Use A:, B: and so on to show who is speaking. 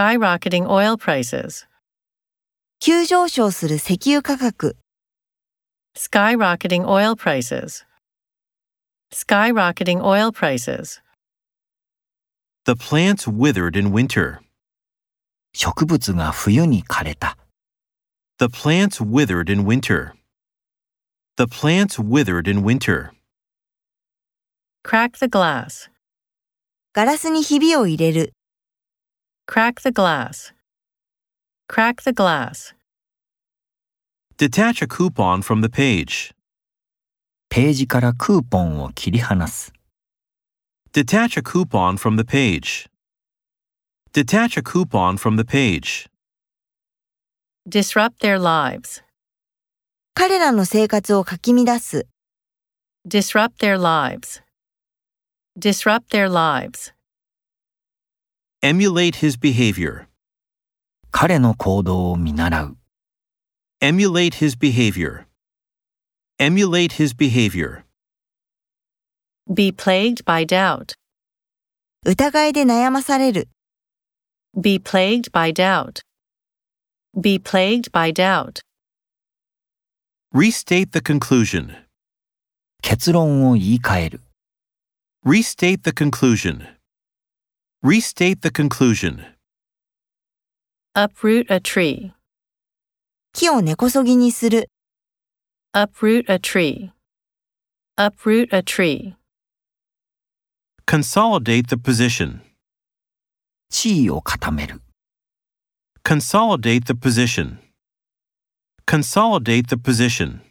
A: skyrocketing oil prices,
B: 急上昇する石油価格、
A: skyrocketing oil prices, skyrocketing oil prices,
C: The plants withered in winter.
D: 植物が冬に枯れた。
C: The plants withered in winter. The plants withered in winter.
A: crack the glass,
B: ガラスにひびを入れる、
A: crack the glass, crack the glass,
C: Detach a coupon from the page.
D: ページからクーポンを切り離す。
C: Detach a coupon from the page. Detach a coupon from the page.
A: disrupt their lives,
B: 彼らの生活をかき乱す、
A: disrupt their lives, disrupt their lives,
C: Emulate his behavior.
D: 彼の行動を見習う。
C: Emulate his behavior. Emulate his behavior.
A: be plagued by doubt,
B: 疑いで悩まされる、
A: be plagued by doubt, be plagued by doubt,
C: Restate the conclusion.
D: 結論を言い換える。
C: Restate the conclusion. Restate the conclusion.
A: uproot a tree,
B: 木を根こそぎにする、
A: uproot a tree, uproot a tree,
C: Consolidate the position.
D: 地位を固める。
C: Consolidate the position. Consolidate the position.